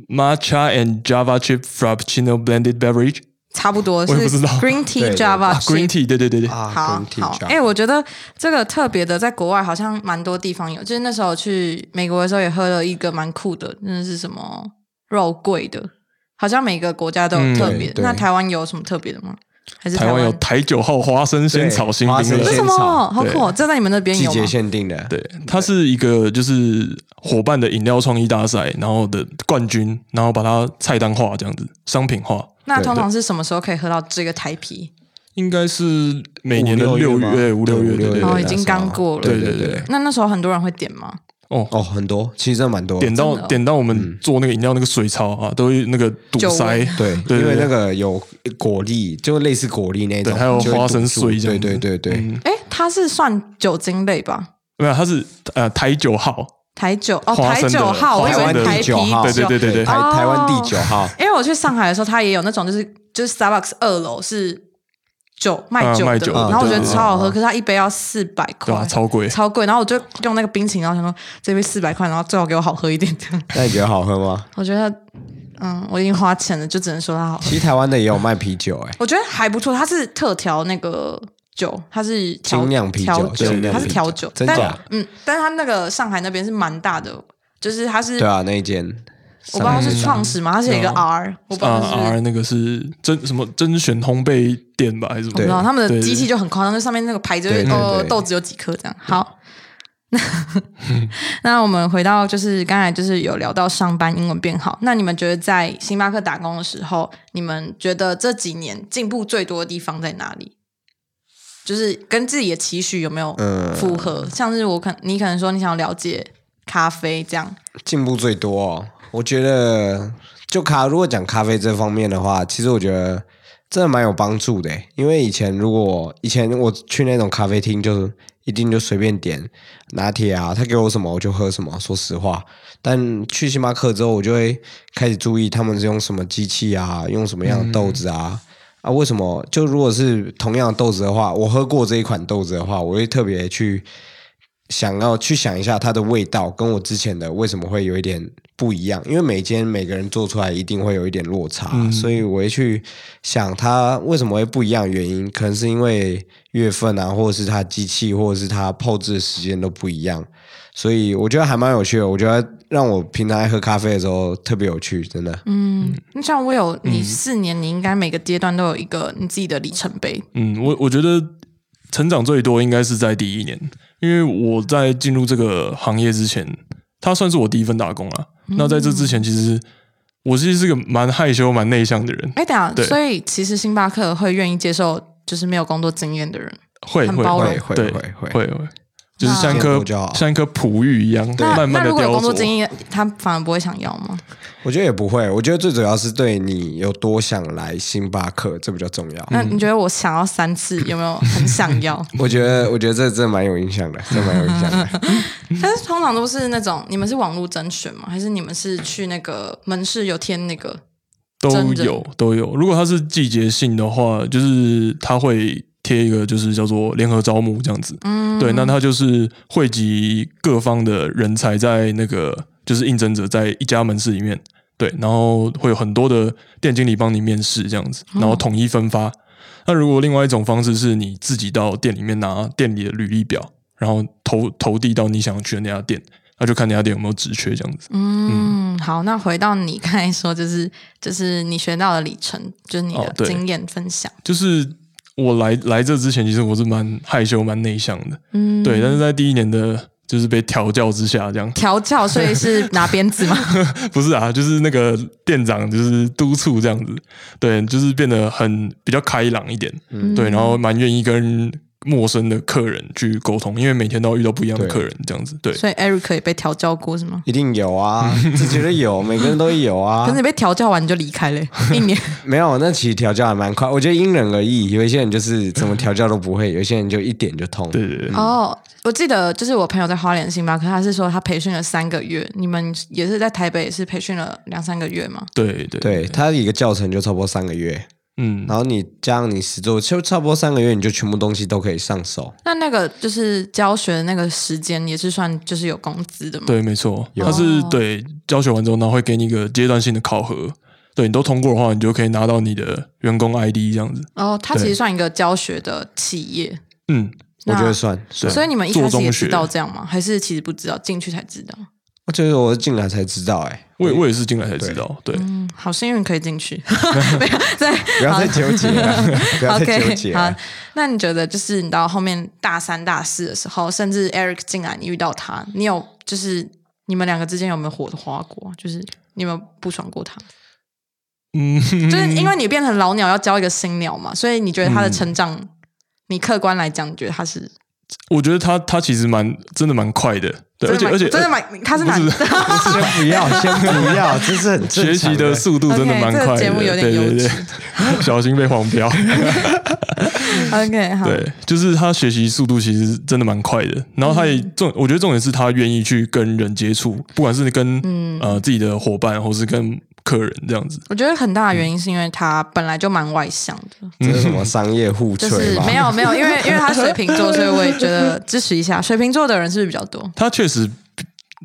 [SPEAKER 4] ！Matcha and Java chip Frappuccino blended beverage
[SPEAKER 2] 差不多，
[SPEAKER 4] 我也不
[SPEAKER 2] 是
[SPEAKER 4] 知道
[SPEAKER 2] Green Tea
[SPEAKER 3] 对
[SPEAKER 2] Java
[SPEAKER 4] 啊
[SPEAKER 2] chip
[SPEAKER 4] ，Green Tea，对对对对，
[SPEAKER 3] 啊，
[SPEAKER 2] 好
[SPEAKER 3] 跟提
[SPEAKER 2] 好，
[SPEAKER 3] 加
[SPEAKER 2] 哎、我觉得这个特别的，在国外好像蛮多地方有。就是那时候去美国的时候，也喝了一个蛮酷的，那是什么肉桂的，好像每个国家都有
[SPEAKER 4] 嗯
[SPEAKER 2] 特别。
[SPEAKER 3] 对对
[SPEAKER 2] 那台湾有什么特别的吗？还是
[SPEAKER 4] 台
[SPEAKER 2] 湾
[SPEAKER 4] 湾有台酒号花生仙草新
[SPEAKER 3] 对
[SPEAKER 4] 冰
[SPEAKER 2] 为
[SPEAKER 3] 花生
[SPEAKER 4] 乐
[SPEAKER 2] 什
[SPEAKER 3] 仙，
[SPEAKER 2] 么？好
[SPEAKER 4] 对
[SPEAKER 2] 酷、哦！这在你们那边
[SPEAKER 3] 季
[SPEAKER 2] 有吗
[SPEAKER 3] 节？限定的，
[SPEAKER 4] 对，它是一个就是伙伴的饮料创意大赛，然后的冠军，然后把它菜单化这样子，商品化，
[SPEAKER 2] 那通常是什么时候可以喝到这个台啤？
[SPEAKER 4] 应该是每年的
[SPEAKER 3] 五
[SPEAKER 4] 六
[SPEAKER 3] 六月吗
[SPEAKER 4] 月五六月
[SPEAKER 3] 对
[SPEAKER 4] 对
[SPEAKER 3] 五
[SPEAKER 4] 对
[SPEAKER 3] 六
[SPEAKER 2] 哦，
[SPEAKER 4] 对
[SPEAKER 3] 月
[SPEAKER 2] 已经刚过了。
[SPEAKER 4] 对对
[SPEAKER 3] 对
[SPEAKER 4] 对对，
[SPEAKER 2] 那那时候很多人会点吗？
[SPEAKER 4] 哦。
[SPEAKER 3] 哦，很多，其实真的蛮多。
[SPEAKER 2] 哦
[SPEAKER 4] 点到点到我们做那个饮料那个水槽啊，都会那个堵
[SPEAKER 2] 酒
[SPEAKER 4] 塞
[SPEAKER 2] 味，
[SPEAKER 3] 嗯对，
[SPEAKER 4] 对
[SPEAKER 3] 因为
[SPEAKER 4] 对
[SPEAKER 3] 那个有果粒，就类似果粒那种，
[SPEAKER 4] 对还有
[SPEAKER 3] 就会
[SPEAKER 4] 花生
[SPEAKER 3] 堵住
[SPEAKER 4] 碎这
[SPEAKER 3] 对
[SPEAKER 4] 样子嗯
[SPEAKER 3] 对对对，
[SPEAKER 2] 哎、它是算酒精类吧？
[SPEAKER 4] 没有，它是呃台酒号，
[SPEAKER 2] 台酒哦，
[SPEAKER 4] 花
[SPEAKER 2] 台
[SPEAKER 4] 生的
[SPEAKER 2] 酒号，我以
[SPEAKER 4] 花
[SPEAKER 2] 为
[SPEAKER 4] 生的
[SPEAKER 2] 台啤
[SPEAKER 3] 酒号
[SPEAKER 4] 对对对对对
[SPEAKER 3] 台台湾
[SPEAKER 2] 哦
[SPEAKER 3] 第九 号，
[SPEAKER 2] 因为我去上海的时候，它也有那种就是就是 Starbucks 二楼是酒卖酒的，
[SPEAKER 4] 啊卖酒的
[SPEAKER 2] 然后我觉得
[SPEAKER 4] 对
[SPEAKER 2] 超好喝，可是它一杯要四百块，
[SPEAKER 4] 对吧？超贵，
[SPEAKER 2] 超贵。然后我就用那个冰淇淋，然后想说这杯四百块，然后最好给我好喝一点。
[SPEAKER 3] 那你觉得好喝吗？
[SPEAKER 2] 我觉得，嗯，我已经花钱了，就只能说它好喝。
[SPEAKER 3] 其实台湾的也有卖啤酒、哎，
[SPEAKER 2] 我觉得还不错，它是特调那个酒，它是调
[SPEAKER 3] 精酿啤酒
[SPEAKER 2] 调酒
[SPEAKER 3] 精酿啤酒
[SPEAKER 2] 它是调酒，
[SPEAKER 3] 真
[SPEAKER 2] 但
[SPEAKER 3] 假
[SPEAKER 2] 嗯，但是它那个上海那边是蛮大的，就是它是
[SPEAKER 3] 对啊，那一间，
[SPEAKER 2] 嗯我不知道它是创始嘛，它是有一个 R，我不知道
[SPEAKER 4] 啊
[SPEAKER 2] 它是
[SPEAKER 4] R 那个是甄什么甄选烘焙店吧，还是什么？
[SPEAKER 2] 我不知道他们的
[SPEAKER 4] 对
[SPEAKER 2] 机器就很夸张，就上面那个牌子就是
[SPEAKER 3] 对对
[SPEAKER 2] 哦
[SPEAKER 3] 对
[SPEAKER 2] 豆子有几颗这样。好， 那那我们回到就是刚才就是有聊到上班英文变好，那你们觉得在星巴克打工的时候，你们觉得这几年进步最多的地方在哪里？就是跟自己的期许有没有
[SPEAKER 3] 嗯
[SPEAKER 2] 符合？像是我可你可能说你想要了解咖啡这样，
[SPEAKER 3] 进步最多、哦。我觉得就咖，如果讲咖啡这方面的话，其实我觉得真的蛮有帮助的。欸因为以前如果以前我去那种咖啡厅，就是一定就随便点拿铁啊，他给我什么我就喝什么。说实话，但去星巴克之后，我就会开始注意他们是用什么机器啊，用什么样的豆子啊。啊，为什么？就如果是同样的豆子的话，我喝过这一款豆子的话，我会特别去想要去想一下它的味道跟我之前的为什么会有一点不一样，因为每间每个人做出来一定会有一点落差，所以我会去想它为什么会不一样，原因可能是因为月份啊，或者是它机器，或者是它泡制的时间都不一样，所以我觉得还蛮有趣的。我觉得让我平常爱喝咖啡的时候特别有趣，真的。
[SPEAKER 2] 那像我有你四年，你应该每个阶段都有一个你自己的里程碑。
[SPEAKER 4] 嗯，我我觉得成长最多应该是在第一年，因为我在进入这个行业之前，它算是我第一份打工了。
[SPEAKER 2] 嗯
[SPEAKER 4] 那在这之前，其实我其实是个蛮害羞、蛮内向 的人，
[SPEAKER 2] 哎，等一
[SPEAKER 4] 对
[SPEAKER 2] 下，所以其实星巴克会愿意接受就是没有工作经验的人。
[SPEAKER 4] 会
[SPEAKER 2] 很
[SPEAKER 4] 会
[SPEAKER 2] 包容
[SPEAKER 4] 会
[SPEAKER 3] 会会
[SPEAKER 4] 对
[SPEAKER 3] 会会，
[SPEAKER 4] 会会，就是像一
[SPEAKER 3] 见
[SPEAKER 4] 颗
[SPEAKER 3] 多就好
[SPEAKER 4] 像一颗璞玉一样，
[SPEAKER 2] 那
[SPEAKER 4] 慢
[SPEAKER 2] 那
[SPEAKER 4] 慢的
[SPEAKER 2] 如果有
[SPEAKER 4] 雕
[SPEAKER 2] 工作
[SPEAKER 4] 琢。嗯
[SPEAKER 2] 经验，他反而不会想要吗？
[SPEAKER 3] 我觉得也不会。我觉得最主要是对你有多想来星巴克，这比较重要。
[SPEAKER 2] 那你觉得我想要三次，有没有很想要？
[SPEAKER 3] 我觉得，我觉得这真的蛮有影响的，这蛮有影响的。
[SPEAKER 2] 但是通常都是那种，你们是网络甄选吗？还是你们是去那个门市有填那个？
[SPEAKER 4] 都
[SPEAKER 2] 真人
[SPEAKER 4] 有都有。如果它是季节性的话，就是它会贴一个就是叫做联合招募这样子。嗯，对，那它就是汇集各方的人才在那个就是应征者在一家门市里面，对，然后会有很多的店经理帮你面试这样子，然后统一分发。那如果另外一种方式是你自己到店里面拿店里的履历表，然后投投递到你想要去的那家店，那就看那家店有没有职缺这样子。
[SPEAKER 2] 嗯，好，那回到你刚才说，就是就是你学到的里程，就是你
[SPEAKER 4] 哦
[SPEAKER 2] 的
[SPEAKER 4] 对
[SPEAKER 2] 经验分享。
[SPEAKER 4] 就是我来来这之前，其实我是蛮害羞、蛮内向的，
[SPEAKER 2] 嗯，
[SPEAKER 4] 对。但是在第一年的，就是被调教之下，这样
[SPEAKER 2] 调教，所以是拿鞭子吗？
[SPEAKER 4] 不是啊，就是那个店长就是督促这样子，对，就是变得很比较开朗一点，
[SPEAKER 2] 嗯
[SPEAKER 4] 对，然后蛮愿意跟陌生的客人去沟通，因为每天都要遇到不一样的
[SPEAKER 3] 对
[SPEAKER 4] 客人，这样子，对。
[SPEAKER 2] 所以 Eric 也被调教过是吗？
[SPEAKER 3] 一定有啊，这绝对有，每个人都有 啊
[SPEAKER 2] 可是。你被调教完你就离开了，一年。
[SPEAKER 3] 没有，那其实调教还蛮快，我觉得因人而异。有一些人就是怎么调教都不会，有一些人就一点就通。
[SPEAKER 4] 对对对，
[SPEAKER 2] 哦，我记得就是我朋友在花莲星巴克，他是说他培训了三个月，你们也是在台北也是培训了两三个月吗？
[SPEAKER 4] 对对
[SPEAKER 3] 对，他一个教程就差不多三个月，
[SPEAKER 4] 嗯，
[SPEAKER 3] 然后你加上你实做，就差不多三个月，你就全部东西都可以上手。
[SPEAKER 2] 那那个就是教学的那个时间也是算就是有工资的吗？
[SPEAKER 4] 对，没错，它是对教学完之后，然后会给你一个阶段性的考核，对你都通过的话，你就可以拿到你的员工 ID 这样子。
[SPEAKER 2] 哦，它其
[SPEAKER 4] 对
[SPEAKER 2] 实算一个教学的企业，
[SPEAKER 4] 嗯，
[SPEAKER 3] 我
[SPEAKER 2] 那
[SPEAKER 3] 觉得算，
[SPEAKER 4] 对
[SPEAKER 2] 所以你们一开
[SPEAKER 4] 做
[SPEAKER 2] 始
[SPEAKER 4] 中
[SPEAKER 2] 也
[SPEAKER 4] 学
[SPEAKER 2] 知道这样吗？还是其实不知道，进去才知道？
[SPEAKER 3] 我觉得我进来才知道、哎，
[SPEAKER 4] 我也我也是进来才知道，对，
[SPEAKER 2] 嗯，好幸运可以进 去，没有在
[SPEAKER 3] 不要再纠结了， 不要再纠
[SPEAKER 2] OK，
[SPEAKER 3] 结
[SPEAKER 2] 好
[SPEAKER 3] 了。，
[SPEAKER 2] 那你觉得就是你到后面大三、大四的时候，甚至 Eric 进来，你遇到他，你有就是你们两个之间有没有火花过？就是你有没有不爽过他？
[SPEAKER 4] 嗯，
[SPEAKER 2] 就是因为你变成老鸟要教一个新鸟嘛，所以你觉得
[SPEAKER 4] 嗯
[SPEAKER 2] 他的成长，你客观来讲，你觉得他是
[SPEAKER 4] 我觉得他他其实蛮真的蛮快的，对，而且而且
[SPEAKER 2] 真的蛮他是
[SPEAKER 4] 不
[SPEAKER 2] 男
[SPEAKER 4] 是
[SPEAKER 2] 的。
[SPEAKER 3] 先不要，哦先 不要，这是很正
[SPEAKER 4] 学习
[SPEAKER 3] 常
[SPEAKER 4] 的速度真的
[SPEAKER 2] OK，
[SPEAKER 4] 蛮
[SPEAKER 2] 这
[SPEAKER 4] 快
[SPEAKER 2] 个
[SPEAKER 4] 的，
[SPEAKER 2] 节目有点
[SPEAKER 4] 对
[SPEAKER 2] 幼
[SPEAKER 4] 对
[SPEAKER 2] 稚。
[SPEAKER 4] 对，小心被黄标。
[SPEAKER 2] OK，好，
[SPEAKER 4] 对，就是他学习速度其实真的蛮快的，然后他也重，我觉得重点是他愿意去跟人接触，不管是跟、
[SPEAKER 2] 嗯
[SPEAKER 4] 呃自己的伙伴，或是跟客人这样子。
[SPEAKER 2] 我觉得很大的原因是因为他本来就蛮外向的，
[SPEAKER 3] 这是什么商业互
[SPEAKER 2] 就
[SPEAKER 3] 吹
[SPEAKER 2] 是
[SPEAKER 3] 吗？
[SPEAKER 2] 没有没有，因为因为他水瓶座，所以我也觉得支持一下水瓶座的人是不是比较多？
[SPEAKER 4] 他确实，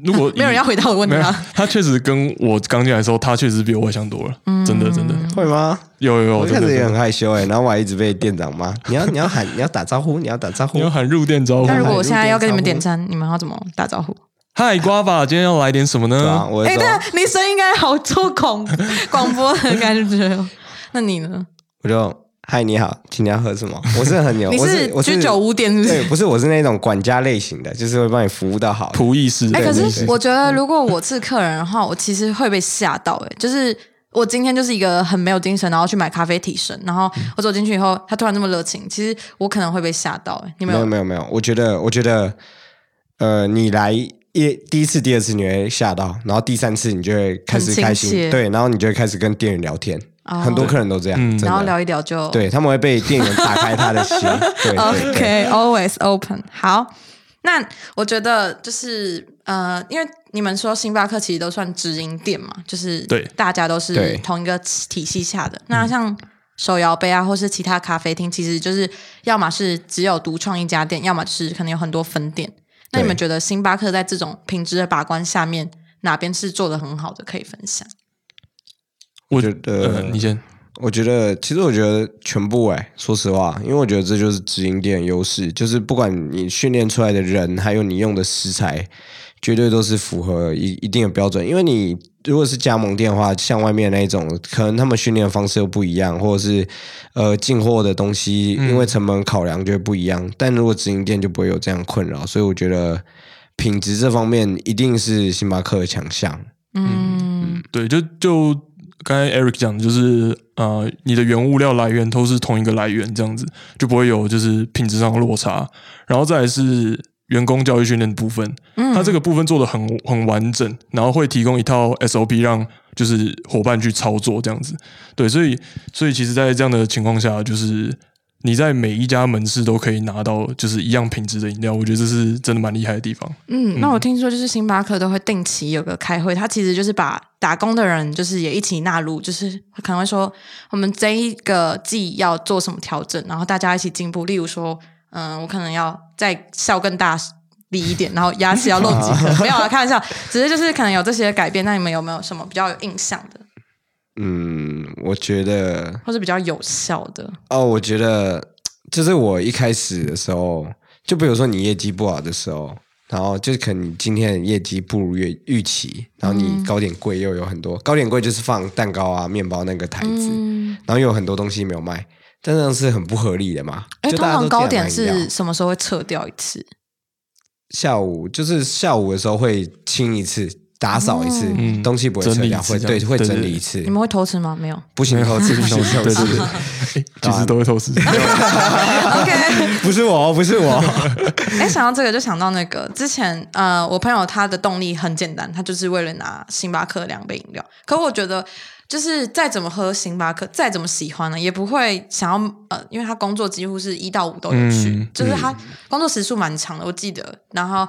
[SPEAKER 4] 如果以
[SPEAKER 2] 没有
[SPEAKER 3] 嗯
[SPEAKER 2] 人要回答啊我问题
[SPEAKER 4] 没有
[SPEAKER 2] 吗？，
[SPEAKER 4] 他确实跟我刚进来的时候，他确实比我外向多了，
[SPEAKER 2] 嗯
[SPEAKER 4] 真的真的
[SPEAKER 3] 会吗？
[SPEAKER 4] 有有有，
[SPEAKER 3] 我一
[SPEAKER 4] 真
[SPEAKER 3] 开
[SPEAKER 4] 的
[SPEAKER 3] 始也
[SPEAKER 4] 真
[SPEAKER 3] 很
[SPEAKER 4] 的。
[SPEAKER 3] 害羞哎、然后我还一直被店长骂，你要你要喊，你要打招呼，你要打招呼
[SPEAKER 4] 你要。喊啊入店招 呼
[SPEAKER 2] 那，如果
[SPEAKER 3] 我
[SPEAKER 2] 我现在要跟你们
[SPEAKER 3] 点
[SPEAKER 2] 点餐，你们要怎么打招呼？
[SPEAKER 4] 嗨瓜爸，今天要来点什么
[SPEAKER 3] 对啊，
[SPEAKER 4] 呢？
[SPEAKER 3] 我
[SPEAKER 2] 哎、
[SPEAKER 3] 就
[SPEAKER 2] 对啊
[SPEAKER 3] 说，，
[SPEAKER 2] 你声音应该好做广广播的感觉 哦。那你呢？
[SPEAKER 3] 我就嗨，你好，今天要喝什么？我是很牛，
[SPEAKER 2] 你
[SPEAKER 3] 哦我是我
[SPEAKER 2] 居酒屋店是不
[SPEAKER 3] 对，
[SPEAKER 2] 是？
[SPEAKER 3] 不是，我是那种管家类型的，就是会帮你服务到好。
[SPEAKER 4] 仆役式
[SPEAKER 2] 哎、
[SPEAKER 4] 的，
[SPEAKER 2] 可
[SPEAKER 3] 对
[SPEAKER 2] 是
[SPEAKER 3] 对
[SPEAKER 2] 我觉得如果我是客人的话，我其实会被吓到、哎，就是我今天就是一个很没有精神，然后去买咖啡提神，然后
[SPEAKER 3] 嗯
[SPEAKER 2] 我走进去以后，他突然这么热情，其实我可能会被吓到、欸。你
[SPEAKER 3] 没
[SPEAKER 2] 们有
[SPEAKER 3] 有没有没有，我觉得我觉得，呃，你来一第一次、第二次你会吓到，然后第三次你就会开
[SPEAKER 2] 很
[SPEAKER 3] 始
[SPEAKER 2] 亲
[SPEAKER 3] 开心，
[SPEAKER 2] 切
[SPEAKER 3] 对，然后你就会开始跟店员聊天，
[SPEAKER 2] 哦
[SPEAKER 3] 很多客人都这样，
[SPEAKER 4] 嗯
[SPEAKER 3] 真
[SPEAKER 2] 然后
[SPEAKER 3] 的，
[SPEAKER 2] 聊一聊就
[SPEAKER 3] 对他们会被店员打开他的心，对对对
[SPEAKER 2] 哦 OK always open。好，那我觉得就是呃，因为你们说星巴克其实都算直营店嘛，就是
[SPEAKER 4] 对
[SPEAKER 2] 大家都
[SPEAKER 3] 对
[SPEAKER 2] 是同一个体系下的。那像手摇杯啊，或是其他咖啡厅，其实就是要么是只有独创一家店，要么就是可能有很多分店。那你们
[SPEAKER 3] 对
[SPEAKER 2] 觉得星巴克在这种品质的把关下面，哪边是做的很好的，可以分享？
[SPEAKER 4] 我
[SPEAKER 3] 觉
[SPEAKER 4] 呃
[SPEAKER 3] 得，
[SPEAKER 4] 你先，
[SPEAKER 3] 我觉得，其实我觉得全部哎、说实话，因为我觉得这就是直营店的优势，就是不管你训练出来的人，还有你用的食材，绝对都是符合一一定的标准。因为你如果是加盟店的话，像外面那一种，可能他们训练的方式又不一样，或者是呃进货的东西，因为成本考量就会不一样。但如果直营店就不会有这样的困扰，所以我觉得品质这方面一定是星巴克的强项。
[SPEAKER 2] 嗯，
[SPEAKER 4] 对，就就刚才 Eric 讲的，就是呃，你的原物料来源都是同一个来源，这样子就不会有就是品质上的落差。然后再来是员工教育训练的部分，
[SPEAKER 2] 嗯
[SPEAKER 4] 它这个部分做的很很完整，然后会提供一套 SOP 让就是伙伴去操作这样子。对，所以所以其实，在这样的情况下，就是。你在每一家门市都可以拿到就是一样品质的饮料，我觉得这是真的蛮厉害的地方。
[SPEAKER 2] 嗯，那我听说就是星巴克都会定期有个开会，他其实就是把打工的人就是也一起纳入，就是可能会说我们这一个季要做什么调整，然后大家一起进步。例如说，嗯、我可能要再笑更大力一点，然后牙齿要露几颗，没有啊，开玩笑，只是就是可能有这些改变。那你们有没有什么比较有印象的，
[SPEAKER 3] 嗯，我觉得
[SPEAKER 2] 或是比较有效的？
[SPEAKER 3] 哦，我觉得就是我一开始的时候，就比如说你业绩不好的时候，然后就是可能你今天的业绩不如预预期，然
[SPEAKER 2] 嗯
[SPEAKER 3] 后你糕点柜又有很多，糕点柜就是放蛋糕啊、面包那个台子，
[SPEAKER 2] 嗯，
[SPEAKER 3] 然后又有很多东西没有卖，但那是很不合理的嘛。
[SPEAKER 2] 哎，
[SPEAKER 3] 就
[SPEAKER 2] 通
[SPEAKER 3] 大家
[SPEAKER 2] 常
[SPEAKER 3] 都
[SPEAKER 2] 糕
[SPEAKER 3] 进来
[SPEAKER 2] 点
[SPEAKER 3] 买饮料
[SPEAKER 2] 是什么时候会撤掉一次？
[SPEAKER 3] 下午，就是下午的时候会清一次。打扫一次，
[SPEAKER 4] 嗯
[SPEAKER 3] 东西不会
[SPEAKER 4] 整
[SPEAKER 3] 撤
[SPEAKER 4] 理一
[SPEAKER 3] 掉，
[SPEAKER 4] 次
[SPEAKER 3] 会
[SPEAKER 4] 这样
[SPEAKER 3] 对会
[SPEAKER 4] 对对
[SPEAKER 3] 整理
[SPEAKER 4] 对
[SPEAKER 3] 一次
[SPEAKER 2] 哦你，们会偷吃吗？没有。
[SPEAKER 3] 不行偷吃，不行偷
[SPEAKER 4] 对
[SPEAKER 3] 吃
[SPEAKER 4] 对，对， 哎其实都会偷吃。
[SPEAKER 2] OK。
[SPEAKER 3] 不是我，哦不是我，
[SPEAKER 2] 哎，想到这个就想到那个之前，呃，我朋友他的动力很简单，他就是为了拿星巴克两杯饮料。可我觉得，就是再怎么喝星巴克，再怎么喜欢呢，也不会想要呃，因为他工作几乎是一到五都有去，
[SPEAKER 4] 嗯
[SPEAKER 2] 就是他工作时数蛮长的，我记得。然后，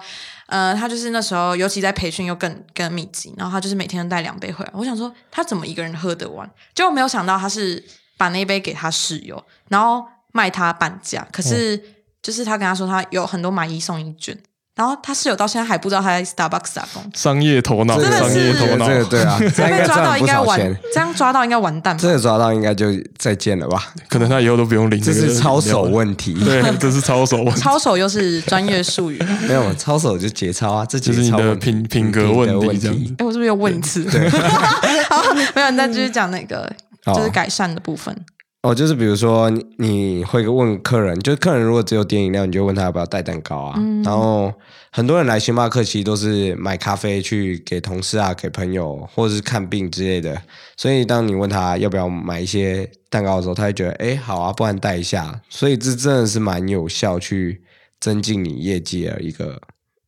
[SPEAKER 2] 呃，他就是那时候，尤其在培训又更更密集，然后他就是每天都带两杯回来。我想说，他怎么一个人喝得完？结果没有想到他是把那一杯给他室友，然后卖他半价。可是
[SPEAKER 3] 嗯
[SPEAKER 2] 就是他跟他说，他有很多买一送一券，然后他室友到现在还不知道他在 Starbucks 打工。
[SPEAKER 4] 商业头脑，
[SPEAKER 3] 这个
[SPEAKER 4] 商业头脑，
[SPEAKER 3] 这个 对啊，这应
[SPEAKER 2] 被
[SPEAKER 3] 该
[SPEAKER 2] 抓
[SPEAKER 3] 赚
[SPEAKER 2] 到
[SPEAKER 3] 了
[SPEAKER 2] 应
[SPEAKER 3] 不
[SPEAKER 2] 该
[SPEAKER 3] 少
[SPEAKER 2] 完
[SPEAKER 3] 钱。，
[SPEAKER 2] 这样抓到应该完蛋吧
[SPEAKER 3] 这？个抓到应该就再见了吧？
[SPEAKER 4] 可能他以后都不用领
[SPEAKER 3] 这
[SPEAKER 4] 个
[SPEAKER 3] 是操守
[SPEAKER 4] 饮料了，
[SPEAKER 3] 问题，
[SPEAKER 4] 对，这是操守问题，
[SPEAKER 2] 抄手又是专业术语，
[SPEAKER 3] 没有操守就节操啊，这
[SPEAKER 4] 就
[SPEAKER 3] 节
[SPEAKER 4] 是你
[SPEAKER 3] 操
[SPEAKER 4] 的
[SPEAKER 3] 问题
[SPEAKER 4] 品品格
[SPEAKER 3] 品格
[SPEAKER 4] 问
[SPEAKER 3] 问
[SPEAKER 4] 题这样
[SPEAKER 3] 题
[SPEAKER 4] 子。
[SPEAKER 2] 哎，我是不是又问一次？ 好，没有，那就是讲那个就是改善的部分。
[SPEAKER 3] 哦，就是比如说你你会问客人，就是客人如果只有点饮料，你就问他要不要带蛋糕啊。然后很多人来星巴克其实都是买咖啡去给同事啊、给朋友，或者是看病之类的。所以当你问他要不要买一些蛋糕的时候，他会觉得哎好啊，不然带一下。所以这真的是蛮有效去增进你业绩的一个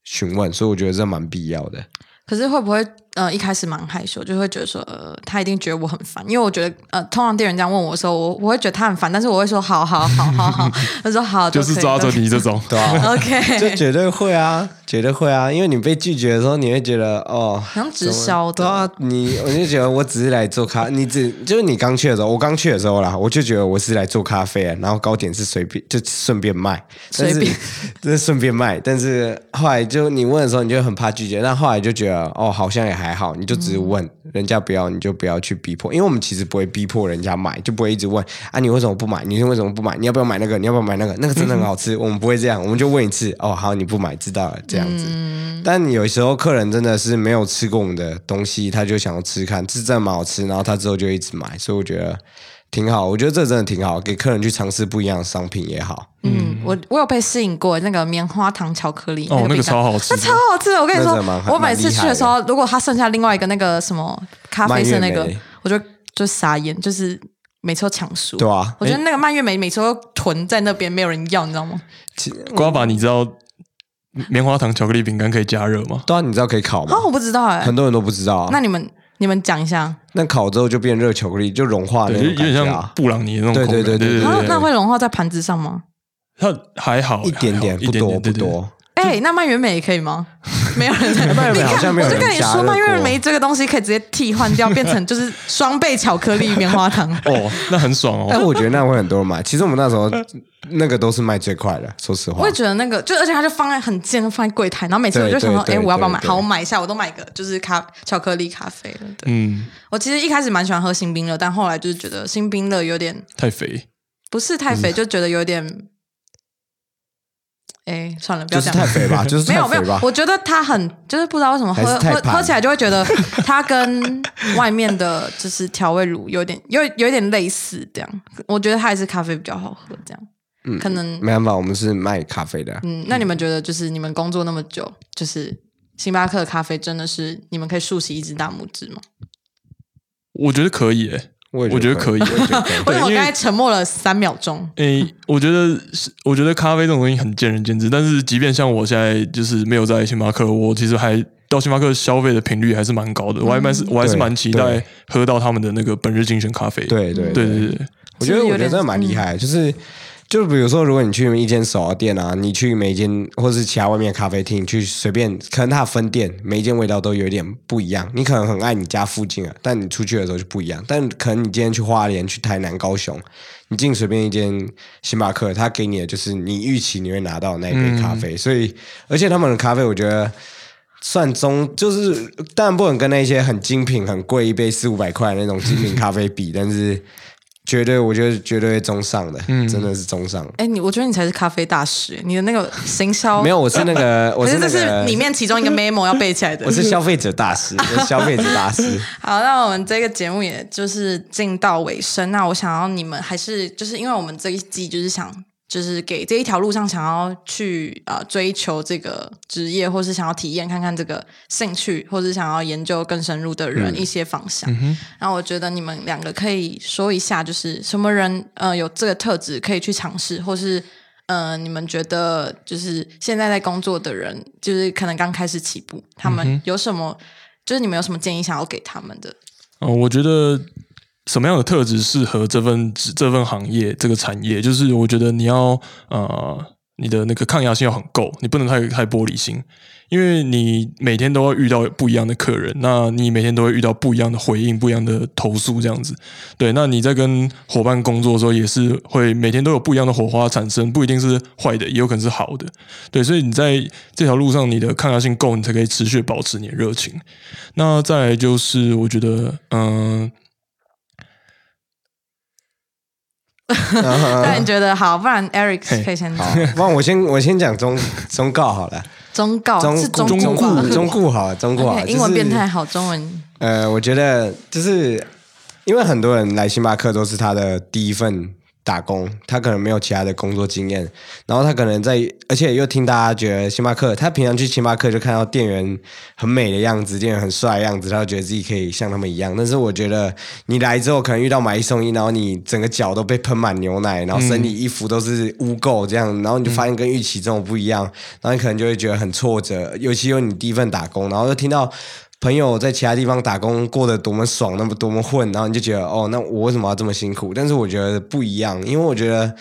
[SPEAKER 3] 询问，所以我觉得这蛮必要的。
[SPEAKER 2] 可是会不会呃一开始蛮害羞，就会觉得说呃他一定觉得我很烦，因为我觉得呃通常店员这样问我的时候，我我会觉得他很烦，但是我会说好好好好好，他说好
[SPEAKER 4] 就是抓着你这种，
[SPEAKER 3] 对啊， 就
[SPEAKER 2] OK，
[SPEAKER 3] 绝对会啊，绝对会啊，因为你被拒绝的时候，你会觉得哦，
[SPEAKER 2] 好像直销
[SPEAKER 3] 对啊
[SPEAKER 2] 的，，
[SPEAKER 3] 你我就觉得我只是来做咖，你只就是你刚去的时候，我刚去的时候啦，我就觉得我是来做咖啡的，然后糕点是随便就顺便卖，但
[SPEAKER 2] 随
[SPEAKER 3] 是
[SPEAKER 2] 便
[SPEAKER 3] 这顺便卖，但是后来就你问的时候，你就很怕拒绝，但后来就觉得哦，好像也还好，你就只是问、人家不要，你就不要去逼迫，因为我们其实不会逼迫人家买，就不会一直问啊，你为什么不买？你为什么不买？你要不要买那个？你要不要买那个？那个真的很好吃，我们不会这样，我们就问 一次哦，好，你不买知道了这样子。但有时候客人真的是没有吃过我们的东西，他就想要吃看，是真的蛮好吃，然后他之后就一直买，所以我觉得挺好，我觉得这真的挺好，给客人去尝试不一样的商品也好。
[SPEAKER 2] 嗯，我我有被吸引过那个棉花糖巧克力，
[SPEAKER 4] 哦，那个
[SPEAKER 2] 饼干
[SPEAKER 4] 超好吃
[SPEAKER 2] 那
[SPEAKER 4] 的，
[SPEAKER 2] 超好吃哦的，我跟你说
[SPEAKER 3] 那真的蛮，
[SPEAKER 2] 我每次去的时候，如果他剩下另外一个那个什么咖啡色那
[SPEAKER 3] 蔓
[SPEAKER 2] 个
[SPEAKER 3] 越莓，
[SPEAKER 2] 我就就傻眼，就是每次都抢书。
[SPEAKER 3] 对啊
[SPEAKER 2] 我觉得那个蔓越莓每次都囤在那边，没有人要，你知道吗？
[SPEAKER 3] 其
[SPEAKER 4] 瓜爸，你知道棉花糖巧克力饼干可以加热吗？
[SPEAKER 3] 对啊，你知道可以烤吗
[SPEAKER 2] 啊，？我不知道哎、
[SPEAKER 3] 很多人都不知道啊。
[SPEAKER 2] 那你们你们讲一下啊，
[SPEAKER 3] 那烤之后就变热巧克力，就融化
[SPEAKER 4] 对，
[SPEAKER 3] 那
[SPEAKER 4] 就
[SPEAKER 3] 种
[SPEAKER 4] 有点
[SPEAKER 3] 感觉
[SPEAKER 4] 像
[SPEAKER 3] 啊
[SPEAKER 4] 布朗尼的那种
[SPEAKER 3] 对
[SPEAKER 4] 口感。
[SPEAKER 3] 对对对对对
[SPEAKER 2] 那会融化在盘子上吗？
[SPEAKER 4] 它还好，
[SPEAKER 3] 一点点，
[SPEAKER 4] 还好
[SPEAKER 3] 不多
[SPEAKER 4] 一点点
[SPEAKER 3] 不
[SPEAKER 4] 对对对
[SPEAKER 3] 多。
[SPEAKER 2] 哎、那蔓越莓也可以 吗？没有人在，
[SPEAKER 3] 蔓越莓
[SPEAKER 2] 你看
[SPEAKER 3] 好像没有
[SPEAKER 2] 我
[SPEAKER 3] 人
[SPEAKER 2] 就跟你
[SPEAKER 3] 加
[SPEAKER 2] 说，
[SPEAKER 3] 热
[SPEAKER 2] 蔓越
[SPEAKER 3] 过
[SPEAKER 2] 莓这个东西可以直接替换掉，变成就是双倍巧克力棉花糖。
[SPEAKER 4] 哦，那很爽哦。
[SPEAKER 3] 但哎我觉得那会很多人买。其实我们那时候那个都是卖最快的，说实话
[SPEAKER 2] 我也。觉得那个，就而且它就放在很贱，就放在柜台，然后每次我
[SPEAKER 3] 对
[SPEAKER 2] 就想说，
[SPEAKER 3] 对
[SPEAKER 2] 哎、
[SPEAKER 3] 对
[SPEAKER 2] 我要不要买？
[SPEAKER 3] 对对
[SPEAKER 2] 好，我买一下，我都买个就是咖巧克力咖啡了。对，
[SPEAKER 4] 嗯，
[SPEAKER 2] 我其实一开始蛮喜欢喝新冰乐，但后来就是觉得新冰乐有点
[SPEAKER 4] 太肥，
[SPEAKER 2] 不是太
[SPEAKER 3] 嗯
[SPEAKER 2] 肥，就觉得有点，哎、算了，不
[SPEAKER 3] 就
[SPEAKER 2] 要
[SPEAKER 3] 是
[SPEAKER 2] 讲。
[SPEAKER 3] 太肥吧，就是
[SPEAKER 2] 没
[SPEAKER 3] 太
[SPEAKER 2] 有 没
[SPEAKER 3] 肥
[SPEAKER 2] 有
[SPEAKER 3] 吧，。
[SPEAKER 2] 我觉得它很就是不知道为什么喝
[SPEAKER 3] 还是太
[SPEAKER 2] 喝
[SPEAKER 3] 盘
[SPEAKER 2] 喝起来就会 觉得它跟外面的就是调味乳有点有有点类似这样，我觉得它还是咖啡比较好喝这样，嗯，可能
[SPEAKER 3] 没办法，我们是卖咖啡的。
[SPEAKER 2] 嗯，那你们觉得就是你们工作那么久，就是星巴克的咖啡真的是你们可以竖起一只大拇指吗？
[SPEAKER 4] 我觉得可以诶。
[SPEAKER 3] 我也
[SPEAKER 4] 我觉得可以
[SPEAKER 3] 我也觉得可以
[SPEAKER 2] 为什么 我
[SPEAKER 4] 对因为
[SPEAKER 2] 刚才沉默了三秒钟？
[SPEAKER 4] 诶、我觉得是，我觉得咖啡这种东西很见仁见智。但是，即便像我现在就是没有在星巴克，我其实还到星巴克消费的频率还是蛮高的。我还蛮是，我还是
[SPEAKER 3] 嗯对
[SPEAKER 4] 蛮期
[SPEAKER 3] 对
[SPEAKER 4] 待喝到他们的那个本日精选咖啡。
[SPEAKER 3] 对对
[SPEAKER 4] 对对对，
[SPEAKER 3] 我觉
[SPEAKER 2] 是不是
[SPEAKER 3] 得我
[SPEAKER 2] 有点
[SPEAKER 3] 觉
[SPEAKER 2] 嗯
[SPEAKER 3] 得真的蛮厉害，就是就比如说，如果你去一间手摇店啊，你去每一间或是其他外面的咖啡厅去随便，可能它的分店每一间味道都有一点不一样。你可能很爱你家附近啊，但你出去的时候就不一样。但可能你今天去花莲、去台南、高雄，你进随便一间星巴克，它给你的就是你预期你会拿到的那一
[SPEAKER 2] 嗯
[SPEAKER 3] 杯咖啡。所以，而且他们的咖啡，我觉得。算中就是，当然不能跟那些很精品、很贵一杯四五百块的那种精品咖啡比，但是绝对，我觉得绝对中上的，真的是中上。
[SPEAKER 2] 哎，你我觉得你才是咖啡大师，欸你的那个行销
[SPEAKER 3] 没有，，我是那个，我
[SPEAKER 2] 可
[SPEAKER 3] 是
[SPEAKER 2] 是
[SPEAKER 3] 那
[SPEAKER 2] 这是
[SPEAKER 3] 个，
[SPEAKER 2] 里面其中一个 memo 要背起来的。
[SPEAKER 3] 我是消费者 大师，我是消费者大师。
[SPEAKER 2] 好，那我们这个节目也就是进到尾声。那我想要你们还是就是因为我们这一季就是想就是给这一条路上想要去呃追求这个职业，或是想要体验看看这个兴趣，或是想要研究更深入的
[SPEAKER 3] 嗯
[SPEAKER 2] 人一些方向。那我觉得你们两个可以说一下，就是什么人呃有这个特质可以去尝试，或是。呃，你们觉得就是现在在工作的人，就是可能刚开始起步，他们嗯有什么就是你们有什么建议想要给他们的？
[SPEAKER 4] 嗯、我觉得什么样的特质适合这份职这份行业这个产业？就是我觉得你要呃，你的那个抗压性要很够，你不能太太玻璃心，因为你每天都会遇到不一样的客人，那你每天都会遇到不一样的回应、不一样的投诉这样子。对，那你在跟伙伴工作的时候，也是会每天都有不一样的火花产生，不一定是坏的，也有可能是好的。对，所以你在这条路上，你的抗压性够，你才可以持续保持你的热情。那再来就是，我觉得，嗯、
[SPEAKER 3] 嗯
[SPEAKER 2] 那、你觉得好？不然 Eric
[SPEAKER 4] 嘿
[SPEAKER 2] 可以先
[SPEAKER 3] 好，那我先我先讲中中告好了，
[SPEAKER 2] 忠告
[SPEAKER 3] 中
[SPEAKER 2] 是忠
[SPEAKER 3] 中
[SPEAKER 2] 告啊吧
[SPEAKER 3] 顾中顾好了，中顾好了
[SPEAKER 2] OK，英文
[SPEAKER 3] 就是
[SPEAKER 2] 变态好，中文
[SPEAKER 3] 呃，我觉得就是因为很多人来星巴克都是他的第一份打工，他可能没有其他的工作经验，然后他可能在，而且又听大家觉得星巴克，他平常去星巴克就看到店员很美的样子，店员很帅的样子，他就觉得自己可以像他们一样。但是我觉得你来之后可能遇到买一送一，然后你整个脚都被喷满牛奶，然后身体衣服都是污垢这样，然后你就发现跟预期这种不一样，然后你可能就会觉得很挫折，尤其有你第一份打工，然后又听到。朋友在其他地方打工过得多么爽，那么多么混，然后你就觉得哦，那我为什么要这么辛苦？但是我觉得不一样，因为我觉得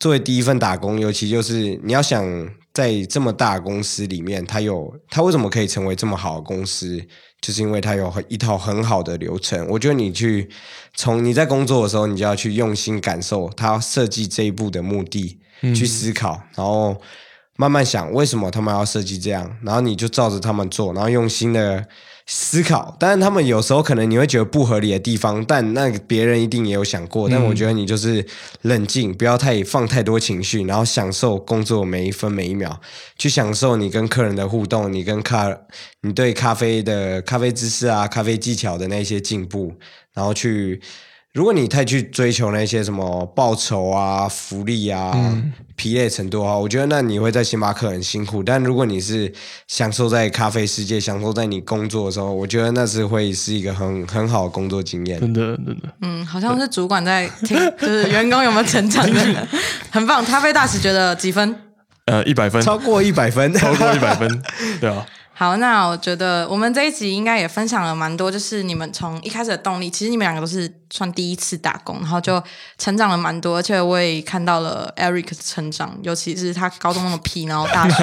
[SPEAKER 3] 作为第一份打工，尤其就是你要想在这么大的公司里面，它有它为什么可以成为这么好的公司，就是因为它有很一套很好的流程。我觉得你去从你在工作的时候，你就要去用心感受它设计这一步的目的，去思考，然后。慢慢想为什么他们要设计这样，然后你就照着他们做，然后用心的思考。当然，他们有时候可能你会觉得不合理的地方，但那个别人一定也有想过。但我觉得你就是冷静，不要太放太多情绪，然后享受工作每一分每一秒，去享受你跟客人的互动，你跟咖，你对咖啡的咖啡知识啊、咖啡技巧的那些进步，然后去。如果你太去追求那些什么报酬啊、福利啊、
[SPEAKER 4] 嗯
[SPEAKER 3] 疲累程度啊，我觉得那你会在星巴克很辛苦。但如果你是享受在咖啡世界、享受在你工作的时候，我觉得那是会是一个很很好的工作经验。
[SPEAKER 4] 真的真的。
[SPEAKER 2] 嗯，好像是主管在听，就是员工有没有成长的， 很棒。咖啡大使觉得几分？
[SPEAKER 4] 呃，一百分，
[SPEAKER 3] 超过一百分，
[SPEAKER 4] 超过一百 分，对啊，
[SPEAKER 2] 好，那我觉得我们这一集应该也分享了蛮多，就是你们从一开始的动力，其实你们两个都是算第一次打工，然后就成长了蛮多，而且我也看到了 Eric 的成长，尤其是他高中那么皮，然后大学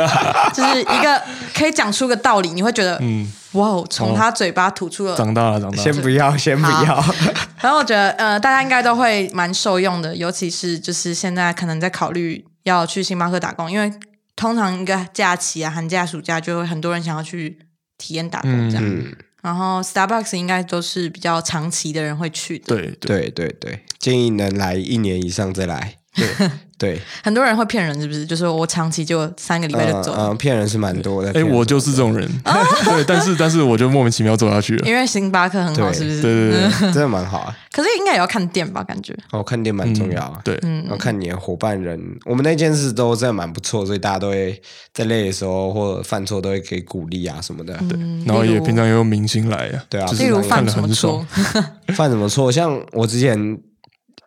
[SPEAKER 2] 就是一个可以讲出个道理，你会觉得，嗯，哇哦，从他嘴巴吐出了
[SPEAKER 4] 长大了，长大
[SPEAKER 3] 先
[SPEAKER 4] 了。
[SPEAKER 3] 不要，先不要。
[SPEAKER 2] 然后我觉得，呃，大家应该都会蛮受用的，尤其是就是现在可能在考虑要去星巴克打工，因为通常一个假期啊，寒假、暑假就会很多人想要去体验打工这样。
[SPEAKER 3] 嗯，
[SPEAKER 2] 然后 Starbucks 应该都是比较长期的人会去的，
[SPEAKER 4] 对对，
[SPEAKER 3] 对对对，建议能来一年以上再来。 对对，
[SPEAKER 2] 很多人会骗人，是不是？就是我长期就三个礼拜就
[SPEAKER 4] 啊
[SPEAKER 3] 嗯
[SPEAKER 2] 走了，
[SPEAKER 3] 嗯，骗人是蛮多的。
[SPEAKER 4] 哎，
[SPEAKER 2] 啊
[SPEAKER 3] 骗人
[SPEAKER 4] 我就是这种人， 对，但是但是我就莫名其妙走下去了，
[SPEAKER 2] 因为星巴克很好，
[SPEAKER 3] 对
[SPEAKER 2] 是不是？
[SPEAKER 4] 对对对
[SPEAKER 3] 真的蛮好啊。
[SPEAKER 2] 可是应该也要看店吧，感觉。
[SPEAKER 3] 哦，看店蛮重要
[SPEAKER 2] 嗯
[SPEAKER 3] 啊。
[SPEAKER 4] 对，
[SPEAKER 3] 然后看你的伙伴人，我们那件事都真的蛮不错，所以大家都会在累的时候或者犯错都会给鼓励啊什么的。对
[SPEAKER 2] 嗯
[SPEAKER 4] 然后
[SPEAKER 2] 例
[SPEAKER 4] 也
[SPEAKER 2] 如
[SPEAKER 4] 平常也有明星来啊，
[SPEAKER 3] 对啊
[SPEAKER 4] 就
[SPEAKER 2] 例
[SPEAKER 4] 是
[SPEAKER 2] 如
[SPEAKER 4] 看
[SPEAKER 2] 犯
[SPEAKER 4] 得
[SPEAKER 2] 什么
[SPEAKER 4] 很
[SPEAKER 2] 错
[SPEAKER 4] 爽，？
[SPEAKER 3] 犯什么错？像我之前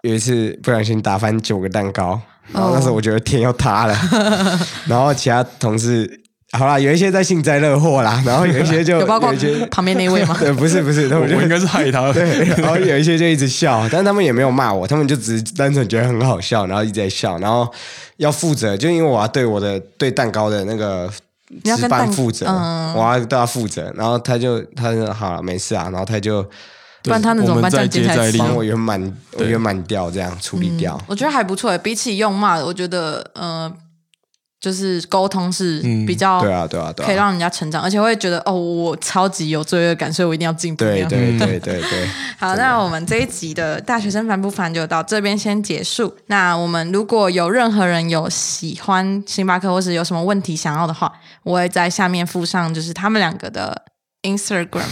[SPEAKER 3] 有一次不小心打翻九个蛋糕，然后那时
[SPEAKER 2] 哦
[SPEAKER 3] 候我觉得天要塌了， 然后其他同事好啦，有一些在幸灾乐祸啦，然后有一些 就
[SPEAKER 2] 有包括
[SPEAKER 3] 一些
[SPEAKER 2] 旁边那位吗？
[SPEAKER 3] 对，不是不是，
[SPEAKER 4] 我
[SPEAKER 3] 我就
[SPEAKER 4] 我应该是害他，
[SPEAKER 3] 对， 然后有一些就一直笑，但他们也没有骂我，他们就只是单纯觉得很好笑，然后一直在笑，然后要负责，就因为我要对我的对蛋糕的那个
[SPEAKER 2] 要跟
[SPEAKER 3] 值
[SPEAKER 2] 蛋
[SPEAKER 3] 班负责，
[SPEAKER 2] 嗯
[SPEAKER 3] 我要对他负责，然后他就他就好了，没事啊，然后他就
[SPEAKER 2] 不然他能怎么办？
[SPEAKER 4] 我们
[SPEAKER 2] 这
[SPEAKER 4] 再
[SPEAKER 2] 样接
[SPEAKER 4] 接
[SPEAKER 2] 下来
[SPEAKER 4] 再
[SPEAKER 2] 吃
[SPEAKER 4] 厉害
[SPEAKER 3] 帮我圆满
[SPEAKER 2] 嗯
[SPEAKER 3] 我圆满掉，这样处理掉，
[SPEAKER 2] 我觉得还不错诶，欸比起用骂的，我觉得呃，就是沟通是
[SPEAKER 4] 嗯
[SPEAKER 2] 比较、
[SPEAKER 3] 对啊对啊
[SPEAKER 2] 嗯
[SPEAKER 3] 对
[SPEAKER 2] 可以
[SPEAKER 3] 啊，
[SPEAKER 2] 让人家成长，而且会觉得哦，我超级有罪恶感，所以我一定要进步。
[SPEAKER 3] 对
[SPEAKER 2] 这样
[SPEAKER 3] 对对对 对，
[SPEAKER 2] 好，那我们这一集的大学生烦不烦就到这边先结束。那我们如果有任何人有喜欢星巴克或是有什么问题想要的话，我会在下面附上就是他们两个的 Instagram，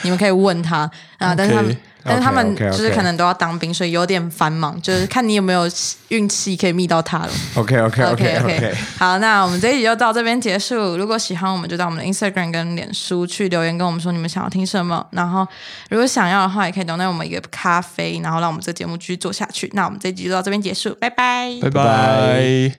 [SPEAKER 2] 你们可以问他啊。但是他们
[SPEAKER 4] OK，
[SPEAKER 2] 但是他们
[SPEAKER 3] OK，OK，OK
[SPEAKER 2] 就是可能都要当兵，所以有点繁忙，就是看你有没有运气可以觅到他了。
[SPEAKER 3] OK OK
[SPEAKER 2] OK
[SPEAKER 3] OK
[SPEAKER 2] OK，
[SPEAKER 3] OK，
[SPEAKER 2] 好，那我们这一集就到这边结束。如果喜欢，我们就到我们的 Instagram 跟脸书去留言，跟我们说你们想要听什么。然后，如果想要的话，也可以 donate 我们一个咖啡，然后让我们这个节目继续做下去。那我们这一集就到这边结束，拜拜。
[SPEAKER 4] 拜
[SPEAKER 3] 拜
[SPEAKER 4] 拜。